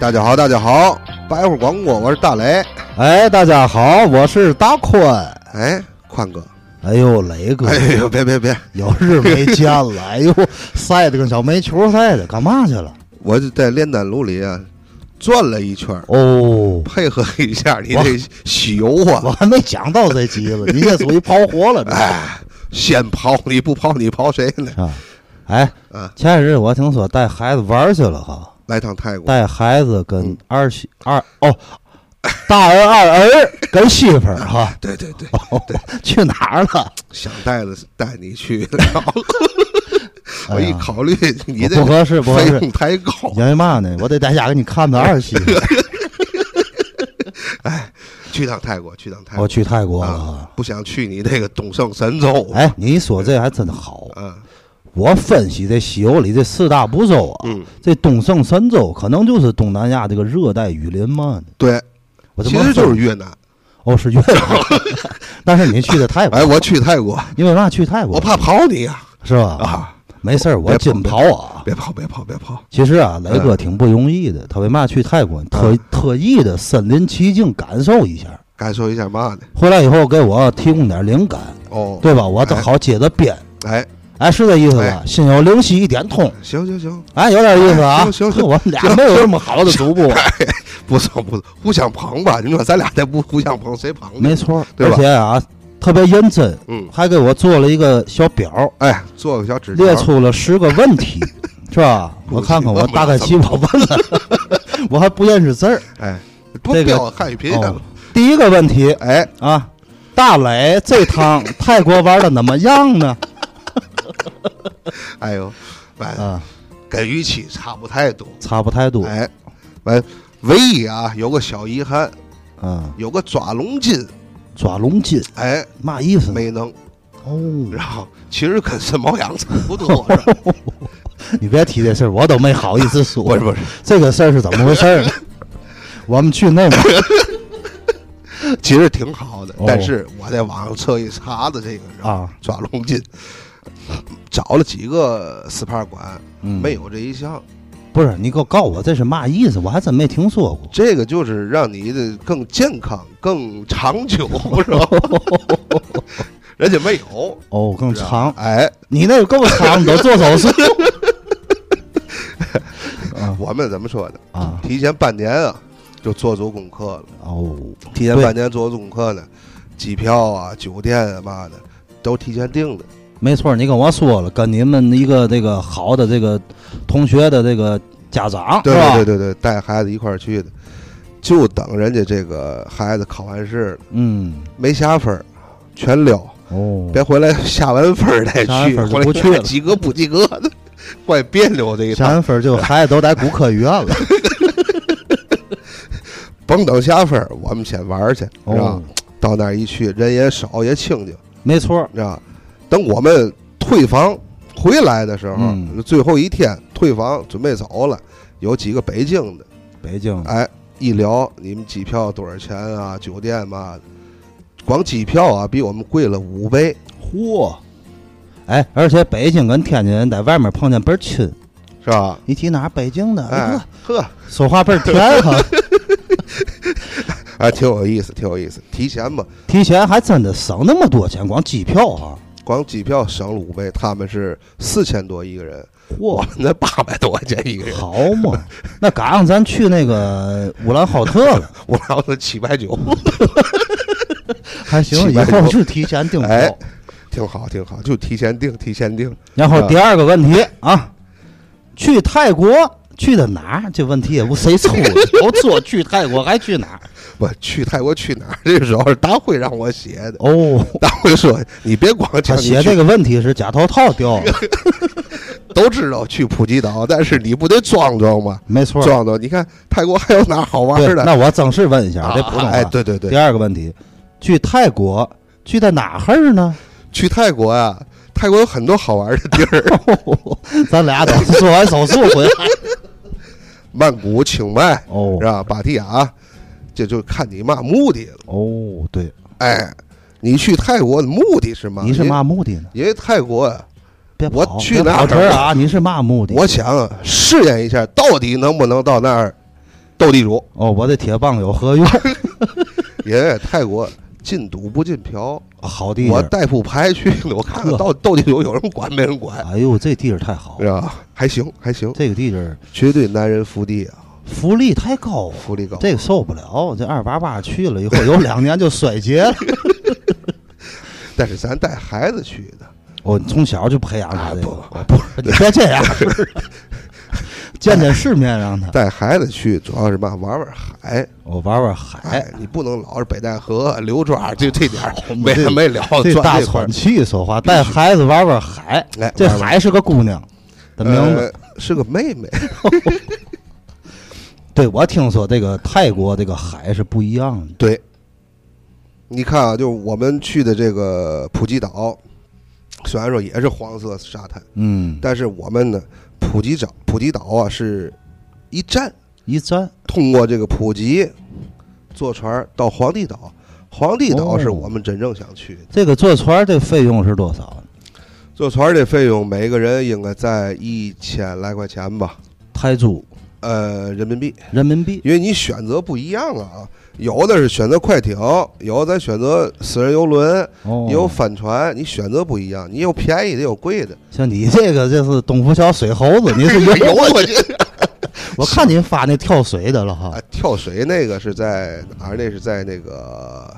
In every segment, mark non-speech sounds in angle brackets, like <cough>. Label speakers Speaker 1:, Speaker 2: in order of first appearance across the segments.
Speaker 1: 大家好，大家好，白虎广播，我是大雷。
Speaker 2: 哎，大家好，我是大宽。
Speaker 1: 哎，宽哥，
Speaker 2: 哎呦，雷哥，
Speaker 1: 哎呦，别别别，
Speaker 2: 有日没见
Speaker 1: <laughs>
Speaker 2: 了，哎呦，晒得跟小煤球似的，干嘛去了？
Speaker 1: 我就在炼丹炉里啊转了一圈儿，
Speaker 2: 哦，
Speaker 1: 配合一下你这吸油
Speaker 2: 我
Speaker 1: 啊。
Speaker 2: 还没讲到这集
Speaker 1: <laughs>
Speaker 2: 了，你这属于跑火了，
Speaker 1: 哎，先刨你不刨你刨谁呢？
Speaker 2: 啊，哎
Speaker 1: 啊，
Speaker 2: 前些日子我还听说带孩子玩儿去了哈，
Speaker 1: 来趟泰国，
Speaker 2: 带孩子跟
Speaker 1: 嗯
Speaker 2: 二媳、二哦，大儿二儿跟媳妇儿哈，
Speaker 1: 对对对，
Speaker 2: <laughs> 去哪儿了？
Speaker 1: 想带着带你去了。我一
Speaker 2: 哎呀
Speaker 1: 考虑，你这
Speaker 2: 不合适不合
Speaker 1: 费
Speaker 2: 适哎
Speaker 1: 用太高，
Speaker 2: 因为嘛呢？我得在家给你看看二媳
Speaker 1: <laughs>
Speaker 2: 妇。
Speaker 1: 去趟泰国，去趟泰
Speaker 2: 我
Speaker 1: 国
Speaker 2: 去泰国了哈
Speaker 1: 啊，，不想去你这个东胜神州。
Speaker 2: 哎，你说这还真好。
Speaker 1: 啊，
Speaker 2: 我分析这西游里这四大部洲啊，
Speaker 1: 嗯，
Speaker 2: 这东胜神州可能就是东南亚这个热带雨林嘛。
Speaker 1: 对，
Speaker 2: 我这
Speaker 1: 其
Speaker 2: 么
Speaker 1: 实就是
Speaker 2: 分
Speaker 1: 越南。
Speaker 2: 哦，是
Speaker 1: <laughs>
Speaker 2: 越南，但是你去的泰国，
Speaker 1: 哎，我去泰国，
Speaker 2: 因为嘛去泰国
Speaker 1: 我怕跑你呀！
Speaker 2: 是吧？
Speaker 1: 啊，
Speaker 2: 没事儿，我
Speaker 1: 别
Speaker 2: 紧
Speaker 1: 跑
Speaker 2: 跑啊。
Speaker 1: 别跑，别跑，别跑！
Speaker 2: 其实啊，雷
Speaker 1: 嗯
Speaker 2: 哥挺不容易的，他为嘛去泰国？特特意的身临其境感受一下，
Speaker 1: 感受一下嘛呢？
Speaker 2: 回来以后给我提供点灵感，
Speaker 1: 哦，
Speaker 2: 对吧？我正好接着编，
Speaker 1: 哎，
Speaker 2: 哎，是这意思吧？心有灵犀一点通，
Speaker 1: 行行行， <laughs>
Speaker 2: 哎，有点意思啊。
Speaker 1: 行行行
Speaker 2: 呵我们俩没有这么好的主
Speaker 1: <laughs>
Speaker 2: 播。
Speaker 1: 不是不是，互相捧吧？你说咱俩再不 <laughs> 互相捧，谁捧呢？
Speaker 2: 没错儿，
Speaker 1: 对吧
Speaker 2: 而且啊，特别认真，
Speaker 1: 嗯，
Speaker 2: 还给我做了一个小表儿，
Speaker 1: 哎，做个小纸条
Speaker 2: 列，出了十个问
Speaker 1: <laughs>
Speaker 2: 题，是吧？我看看，我大概齐我问了， <laughs> 我还不认识字儿。
Speaker 1: 哎，不
Speaker 2: 这个
Speaker 1: 标汉语拼音啊
Speaker 2: 哦
Speaker 1: 了，
Speaker 2: 第一个问题
Speaker 1: 哎，
Speaker 2: 啊，大磊这趟泰国玩的怎么样呢？
Speaker 1: <laughs> 哎呦，完
Speaker 2: 啊，
Speaker 1: 跟预期差不太多，
Speaker 2: 差不太多。
Speaker 1: 哎，完唯一啊有个小遗憾，
Speaker 2: 啊，
Speaker 1: 有个抓龙筋，
Speaker 2: 抓龙筋，
Speaker 1: 哎，
Speaker 2: 嘛意思呢？
Speaker 1: 没能，
Speaker 2: 哦，
Speaker 1: 然后其实跟肾毛痒差不
Speaker 2: <laughs>
Speaker 1: 多，是吧
Speaker 2: 你别提这事儿，我都没好意思说。
Speaker 1: 不是不是，
Speaker 2: 这个事儿是怎么回
Speaker 1: <laughs>
Speaker 2: 事儿呢？我们去内蒙
Speaker 1: 其实挺好的
Speaker 2: 哦，
Speaker 1: 但是我在网上特意查的这个，然后
Speaker 2: 啊，
Speaker 1: 抓龙筋，找了几个 SPA 馆，
Speaker 2: 嗯
Speaker 1: 没有这一项。
Speaker 2: 不是，你给我告我这是嘛意思？我还真没听说过。
Speaker 1: 这个就是让你的更健康、更长
Speaker 2: <laughs>
Speaker 1: 久，是吧？人家没有，
Speaker 2: 哦，更长，
Speaker 1: 哎，
Speaker 2: 你那个够长，你都做手术
Speaker 1: <laughs>
Speaker 2: 啊
Speaker 1: 我们怎么说呢？
Speaker 2: 啊
Speaker 1: 提前半年啊，就做足功课了。
Speaker 2: 哦，
Speaker 1: 提前半年做足功课呢，机票啊、酒店啊嘛的，都提前订的。
Speaker 2: 没错，你跟我说了，跟你们一个这个好的这个同学的这个家长
Speaker 1: 对
Speaker 2: 是吧？
Speaker 1: 对对对对，带孩子一块儿去的，就等人家这个孩子考完试了，
Speaker 2: 嗯，
Speaker 1: 没下分儿，全撂。
Speaker 2: 哦，
Speaker 1: 别回来下完分儿再
Speaker 2: 下完
Speaker 1: 去，
Speaker 2: 分儿就
Speaker 1: 回来
Speaker 2: 不去了
Speaker 1: 及格不及格的，怪别扭这一
Speaker 2: 下
Speaker 1: 趟。
Speaker 2: 完分儿就孩子都在骨科医院了，
Speaker 1: 甭等下分儿，我们先玩儿去， <laughs> 是吧
Speaker 2: 哦？，
Speaker 1: 到那儿一去，人也少也清静，
Speaker 2: 没错，
Speaker 1: 是吧？等我们退房回来的时候，
Speaker 2: 嗯
Speaker 1: 最后一天退房准备走了，有几个北京的，
Speaker 2: 北京
Speaker 1: 哎，一聊你们机票多少钱啊？酒店嘛，光机票啊比我们贵了五倍，
Speaker 2: 嚯，哎，而且北京跟天津人在外面碰见倍儿亲，
Speaker 1: 是吧？
Speaker 2: 一提哪儿北京的，
Speaker 1: 哎
Speaker 2: 呵，
Speaker 1: 呵，
Speaker 2: 说话倍儿
Speaker 1: <laughs>
Speaker 2: 甜哈。
Speaker 1: 哎，挺有意思，挺有意思。提前吧，
Speaker 2: 提前还真的省那么多钱，光机票啊！
Speaker 1: 光机票省了五倍，他们是四千多一个人，我
Speaker 2: 嚯，
Speaker 1: 们才八百多块钱一个人，
Speaker 2: 好嘛！那赶上咱去那个乌兰浩
Speaker 1: <laughs>
Speaker 2: 特了，
Speaker 1: 我老子七百九，
Speaker 2: 还行，
Speaker 1: 七
Speaker 2: 以
Speaker 1: 百多
Speaker 2: 后就提前订票。
Speaker 1: 哎挺好挺好，就提前订提前订。
Speaker 2: 然后第二个问题啊，去泰国去的哪儿？这问题也不谁出
Speaker 1: <laughs>
Speaker 2: 的，我说去泰国还去哪儿？
Speaker 1: 我去泰国去哪儿？这时候是大辉让我写 <laughs> 的，
Speaker 2: 哦，
Speaker 1: 大辉说你别光
Speaker 2: 他
Speaker 1: 讲你
Speaker 2: 写
Speaker 1: 去
Speaker 2: 这个问题是假头套掉
Speaker 1: <laughs>
Speaker 2: 了，
Speaker 1: 都知道去普吉岛，但是你不得壮壮吗？
Speaker 2: 没错。
Speaker 1: 壮壮，你看泰国还有哪儿好玩
Speaker 2: 对，
Speaker 1: 的？
Speaker 2: 那我正式问一下，
Speaker 1: 啊
Speaker 2: 这普通话。
Speaker 1: 哎，对对
Speaker 2: 第
Speaker 1: 对，
Speaker 2: 二个问题，去泰国去的哪儿呢？
Speaker 1: 去泰国啊，泰国有很多好玩的地儿， <laughs>
Speaker 2: 咱俩等做完手术回来。
Speaker 1: 曼谷、清迈
Speaker 2: 哦
Speaker 1: 是吧？芭提雅，这就看你嘛目的了。
Speaker 2: 哦，对，
Speaker 1: 哎，你去泰国的目的是嘛？
Speaker 2: 你是嘛目的呢？
Speaker 1: 因为？因为泰国啊，
Speaker 2: 别
Speaker 1: 我
Speaker 2: 跑
Speaker 1: 去
Speaker 2: 别
Speaker 1: 哪
Speaker 2: 跑啊
Speaker 1: 儿
Speaker 2: 题儿啊？你是嘛目的？
Speaker 1: 我想啊试验一下，到底能不能到那儿斗地主， <laughs>
Speaker 2: 哦，我的铁棒有何用？
Speaker 1: 因为泰国禁赌不禁嫖，
Speaker 2: 好地
Speaker 1: 我
Speaker 2: 方，
Speaker 1: 带副牌去的，我看看
Speaker 2: 呵
Speaker 1: 到斗地主有人管没人管，
Speaker 2: 哎呦，这地儿太好
Speaker 1: 是，吧？还行还行，
Speaker 2: 这个地儿
Speaker 1: 绝对男人福地啊，
Speaker 2: 福利太高了，
Speaker 1: 福利高。
Speaker 2: 这个受不了。这二八八去了以后，有两年就衰竭
Speaker 1: <laughs>
Speaker 2: 了。
Speaker 1: 但是咱带孩子去的，
Speaker 2: 我从小就培养他
Speaker 1: 啊
Speaker 2: 这
Speaker 1: 不
Speaker 2: 个，不是你别这样，见见世面让他，
Speaker 1: 带孩子去主要是嘛玩玩海，
Speaker 2: 我玩玩海
Speaker 1: 哎，，你不能老是北戴河、刘庄，就这点儿
Speaker 2: 好
Speaker 1: 没
Speaker 2: 这
Speaker 1: 完没了，
Speaker 2: 这
Speaker 1: 哦转
Speaker 2: 大
Speaker 1: 块儿
Speaker 2: 喘气说话，带孩子玩玩海
Speaker 1: 哎，
Speaker 2: 这
Speaker 1: 玩玩
Speaker 2: 海是个姑娘的名字。
Speaker 1: 呃是个妹
Speaker 2: <laughs>
Speaker 1: 妹，
Speaker 2: 对，我听说这个泰国这个海是不一样的。
Speaker 1: 对，你看啊，就是我们去的这个普吉岛，虽然说也是黄色沙滩，
Speaker 2: 嗯，
Speaker 1: 但是我们呢，普吉岛普吉岛啊是一站，
Speaker 2: 一站
Speaker 1: 通过这个普吉坐船到皇帝岛，皇帝岛
Speaker 2: 哦
Speaker 1: 是我们真正想去的。
Speaker 2: 这个坐船这费用是多少？
Speaker 1: 坐船这费用每个人应该在一千来块钱吧，
Speaker 2: 泰铢
Speaker 1: 呃，人民币，
Speaker 2: 人民币。
Speaker 1: 因为你选择不一样啊。有的是选择快艇，有的咱选择私人游轮，
Speaker 2: 哦
Speaker 1: 你有帆船，你选择不一样，你有便宜的，有贵
Speaker 2: <laughs>
Speaker 1: 的。
Speaker 2: 像你这个这是东福桥水猴子，你是
Speaker 1: <laughs>
Speaker 2: 游
Speaker 1: 有我这
Speaker 2: 我看你发那跳水的了
Speaker 1: 啊
Speaker 2: 哈。，
Speaker 1: 跳水那个是在哪儿？那是在那个，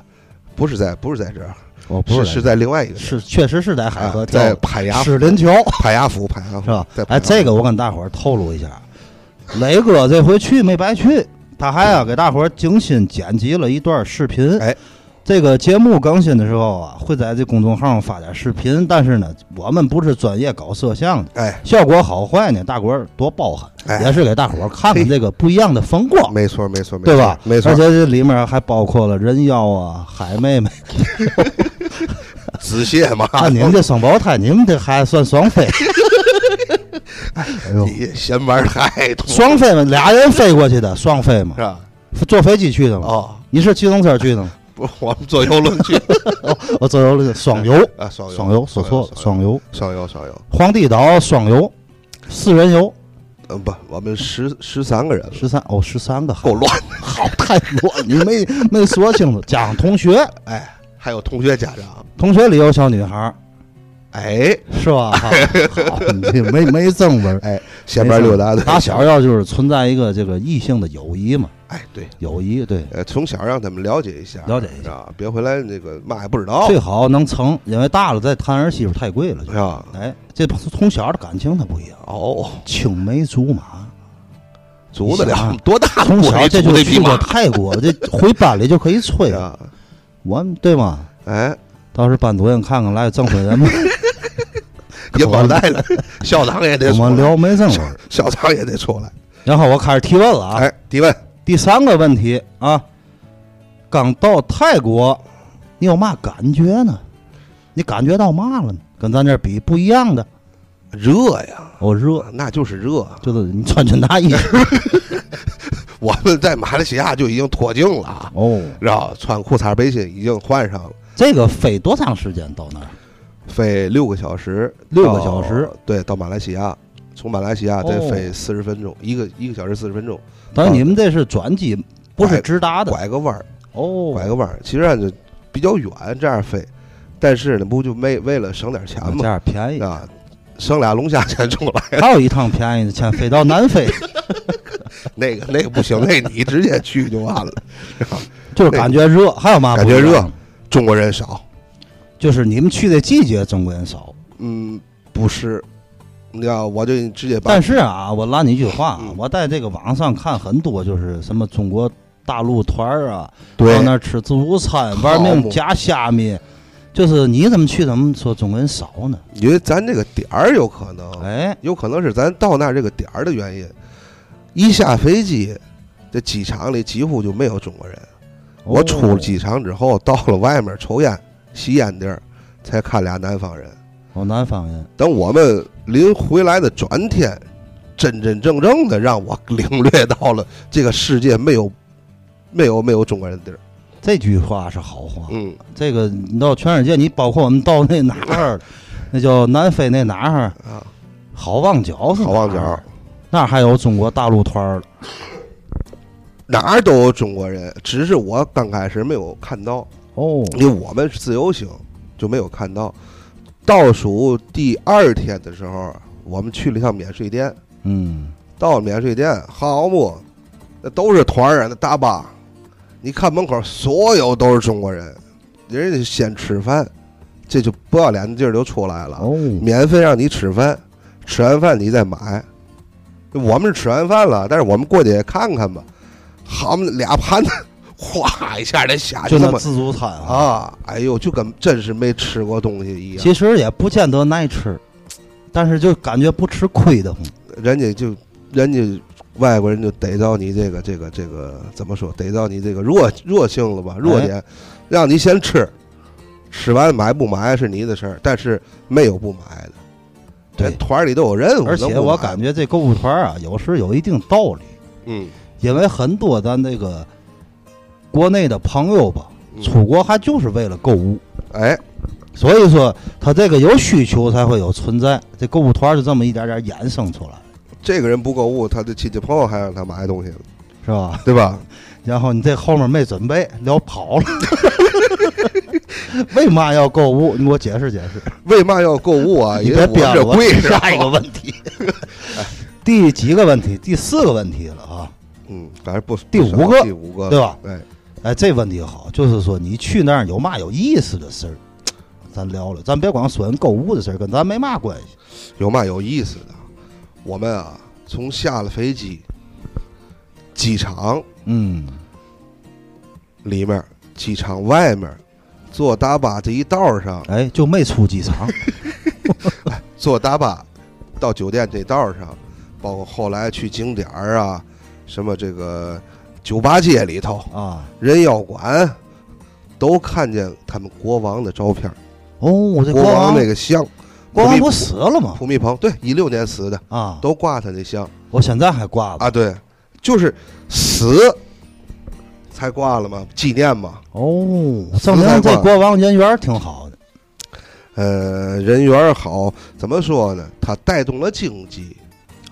Speaker 1: 不是在不是在这儿，
Speaker 2: 我不
Speaker 1: 是
Speaker 2: 是
Speaker 1: 是在另外一个地
Speaker 2: 是确实是在
Speaker 1: 儿
Speaker 2: 海
Speaker 1: 啊
Speaker 2: 河跳
Speaker 1: 在
Speaker 2: 的，
Speaker 1: 海牙
Speaker 2: 史林桥
Speaker 1: 海牙府海牙府
Speaker 2: 是吧
Speaker 1: 在？
Speaker 2: 哎，这个我跟大伙儿透露一下，雷哥这回去没白去，他还啊给大伙儿精心剪辑了一段视频。
Speaker 1: 哎，
Speaker 2: 这个节目更新的时候啊，会在这公众号上发点视频，但是呢，我们不是专业搞摄像的，
Speaker 1: 哎，
Speaker 2: 效果好坏呢，大伙儿多包涵，
Speaker 1: 哎
Speaker 2: 也是给大伙儿看看这个不一样的风光。
Speaker 1: 没错没错没错，
Speaker 2: 对吧？
Speaker 1: 没错
Speaker 2: 而，且这里面还包括了人妖啊、海妹妹。
Speaker 1: 子蟹嘛，
Speaker 2: 看你们这双胞胎，你们这还算双
Speaker 1: <laughs>
Speaker 2: 飞？哎呦，
Speaker 1: 你闲玩太多
Speaker 2: 双飞嘛，俩人飞过去的，双飞嘛
Speaker 1: 是，吧？
Speaker 2: 坐飞机去的嘛。
Speaker 1: 哦，
Speaker 2: 你是骑自行车去
Speaker 1: <laughs>
Speaker 2: 的吗？
Speaker 1: 不，我们坐游轮
Speaker 2: <laughs>
Speaker 1: 去
Speaker 2: 我坐游了 <laughs> 双游，
Speaker 1: 啊，双游
Speaker 2: 双游说错了，双游，
Speaker 1: 双游双游，
Speaker 2: 皇帝岛双游，四人游，
Speaker 1: 嗯，不，我们十十三个人了
Speaker 2: 十三哦，十三个，
Speaker 1: 够
Speaker 2: <laughs>
Speaker 1: 乱的，
Speaker 2: 好太多，你没 <laughs> 没说清楚，加上同学，
Speaker 1: 哎，还有同学家长，
Speaker 2: 同学里有小女孩儿
Speaker 1: 哎
Speaker 2: 是
Speaker 1: <laughs>
Speaker 2: 吧？哈好，你没没正文。
Speaker 1: 哎，闲玩溜达的，
Speaker 2: 打小要就是存在一个这个异性的友谊嘛，
Speaker 1: 哎对。
Speaker 2: 友谊对，
Speaker 1: 呃，从小让他们了解一下，
Speaker 2: 了解一下
Speaker 1: 下，别回来那个嘛也不知道，
Speaker 2: 最好能成，因为大了再谈儿媳妇太贵了，就是
Speaker 1: 吧？
Speaker 2: 哎，这从小的感情它不一样，
Speaker 1: 哦，
Speaker 2: 青梅竹
Speaker 1: <laughs>
Speaker 2: 马，
Speaker 1: 足得
Speaker 2: 你想
Speaker 1: 了
Speaker 2: 啊，
Speaker 1: 多大
Speaker 2: 从小
Speaker 1: 这
Speaker 2: 这就
Speaker 1: 得
Speaker 2: 去
Speaker 1: 匹
Speaker 2: 过
Speaker 1: 马
Speaker 2: 泰国，这回班里就可以
Speaker 1: <laughs>
Speaker 2: 吹了，
Speaker 1: 啊！
Speaker 2: 我们对吗？
Speaker 1: 哎，
Speaker 2: 到时候班主任看看来正
Speaker 1: <laughs>
Speaker 2: 规人吗？
Speaker 1: 也管来了， <laughs> 校长也得
Speaker 2: 我
Speaker 1: 出
Speaker 2: 们
Speaker 1: 来，
Speaker 2: 聊没正味儿。
Speaker 1: <laughs> 校长也得出来。
Speaker 2: 然后我开始提问了啊，
Speaker 1: 哎，提问，
Speaker 2: 第三个问题啊，刚到泰国，你有嘛感觉呢？你感觉到嘛了呢？跟咱这儿比不一样的，
Speaker 1: 热呀，
Speaker 2: 哦，热，
Speaker 1: 那就是热。
Speaker 2: 就是你穿军大衣
Speaker 1: <laughs> 我们在马来西亚就已经脱净了啊，
Speaker 2: 哦。
Speaker 1: 然后穿裤衩背心已经换上了，
Speaker 2: 这个飞多长时间到那儿？
Speaker 1: 飞六个小时，
Speaker 2: 六个小时
Speaker 1: 到，对，到马来西亚。从马来西亚得
Speaker 2: 哦
Speaker 1: 飞四十分钟，一个一个小时四十分钟，
Speaker 2: 等于你们这是转机，不是直达的
Speaker 1: 拐个弯儿，
Speaker 2: 哦。
Speaker 1: 拐个弯儿，其实啊就比较远，这样飞，但是呢，不就为为了省点钱
Speaker 2: 啊这
Speaker 1: 嘛
Speaker 2: 样便宜。
Speaker 1: 啊，省俩龙虾钱出来， <laughs>
Speaker 2: 还有一趟便宜的，先飞到南非，
Speaker 1: 那个那个不行，那你直接去就完了。
Speaker 2: 就是感觉热，还有嘛？
Speaker 1: 感觉热，中国人少，
Speaker 2: 就是你们去的季节中国人少。
Speaker 1: 嗯，不是，你要我就直接把
Speaker 2: 但是啊，我拉你一句话啊
Speaker 1: 嗯，
Speaker 2: 我在这个网上看很多，就是什么中国大陆团儿啊，
Speaker 1: 对
Speaker 2: 到那儿吃自助餐，
Speaker 1: 好
Speaker 2: 玩
Speaker 1: 嘛
Speaker 2: 命夹虾米，就是你怎么去怎么说中国人少呢？
Speaker 1: 因为咱这个点儿有可能，
Speaker 2: 哎，
Speaker 1: 有可能是咱到那儿这个点儿的原因，一下飞机。这机场里几乎就没有中国人。
Speaker 2: 哦
Speaker 1: 我出了机场之后，到了外面抽烟、吸烟地儿，才看俩南方人。
Speaker 2: 哦，南方人，
Speaker 1: 等我们临回来的转天，真真正正的让我领略到了这个世界没有没有没有中国人的地儿。
Speaker 2: 这句话是好话。
Speaker 1: 嗯，
Speaker 2: 这个你到全世界，你包括我们到那哪儿， <laughs> 那叫南非那哪儿
Speaker 1: 啊，
Speaker 2: 好望角是哪
Speaker 1: 好
Speaker 2: 儿
Speaker 1: 望角，
Speaker 2: 那儿还有中国大陆团儿了，
Speaker 1: 哪儿都有中国人，只是我刚开始没有看到，
Speaker 2: 哦，
Speaker 1: 因为我们是自由行就没有看到。倒数第二天的时候，我们去了一趟免税店，
Speaker 2: 嗯，
Speaker 1: 到免税店，好么，那都是团儿啊，那大巴，你看门口所有都是中国人，人家先吃饭，这就不要脸的劲儿就出来了，
Speaker 2: 哦，
Speaker 1: 免费让你吃饭，吃完饭你再买。我们是吃完饭了，但是我们过去也看看吧，好嘛，俩盘子， <laughs> 哗一下就下去
Speaker 2: 就
Speaker 1: 那
Speaker 2: 那
Speaker 1: 么
Speaker 2: 自助餐啊，
Speaker 1: 啊，哎呦，就跟真是没吃过东西一样，
Speaker 2: 其实也不见得耐吃，但是就感觉不吃亏的慌。
Speaker 1: 人家就人家外国人就逮到你这个这个这个怎么说？逮到你这个弱弱性了
Speaker 2: 哎
Speaker 1: 吧？弱点，让你先吃，吃完买不买是你的事儿，但是没有不买的，
Speaker 2: 对
Speaker 1: 人团儿里都有任务，
Speaker 2: 而且
Speaker 1: 能不
Speaker 2: 我
Speaker 1: 买
Speaker 2: 感觉这购物团啊，有时有一定道理，
Speaker 1: 嗯，
Speaker 2: 因为很多咱那个国内的朋友吧，
Speaker 1: 嗯
Speaker 2: 出国还就是为了购物，
Speaker 1: 哎，
Speaker 2: 所以说他这个有需求才会有存在，这购物团就这么一点点衍生出来，
Speaker 1: 这个人不购物，他的亲戚朋友还让他买东西了，
Speaker 2: 是吧？
Speaker 1: 对吧？
Speaker 2: 然后你这后面没准备，聊跑了， <laughs> 为嘛要购物？你给我解释解释。
Speaker 1: 为嘛要购物啊？
Speaker 2: 你
Speaker 1: 因为
Speaker 2: 别
Speaker 1: 我
Speaker 2: 编
Speaker 1: 们
Speaker 2: 了，
Speaker 1: 这
Speaker 2: 我
Speaker 1: 贵着，
Speaker 2: 下一个问题，第几个问题？第四个问题了啊，
Speaker 1: 嗯，反正不
Speaker 2: 第
Speaker 1: 不少
Speaker 2: 五个
Speaker 1: 第五个
Speaker 2: 对吧？
Speaker 1: 哎，
Speaker 2: 哎，这问题好，就是说你去那儿有嘛有意思的事儿，咱聊聊，咱别光说人购物的事儿，跟咱没嘛关系。
Speaker 1: 有嘛有意思的？我们啊，从下了飞机，机场
Speaker 2: 嗯，
Speaker 1: 里面、机场外面，坐大巴这一道上，
Speaker 2: 哎，就没出机场，
Speaker 1: 坐大巴到酒店这道上，包括后来去景点儿啊，什么这个酒吧街里头、
Speaker 2: 啊，
Speaker 1: 人妖馆，都看见他们国王的照片儿，
Speaker 2: 哦，我这
Speaker 1: 国
Speaker 2: 王，
Speaker 1: 那个像，
Speaker 2: 国王
Speaker 1: 普
Speaker 2: 不
Speaker 1: 密
Speaker 2: 死了吗？
Speaker 1: 普密蓬对，一六年死的，
Speaker 2: 啊，
Speaker 1: 都挂他那像
Speaker 2: 我现在还挂了。
Speaker 1: 啊，对，就是死才挂了嘛，纪念嘛。
Speaker 2: 哦，证明这国王人缘儿挺好的。
Speaker 1: 呃，人缘儿好，怎么说呢？它带动了经济，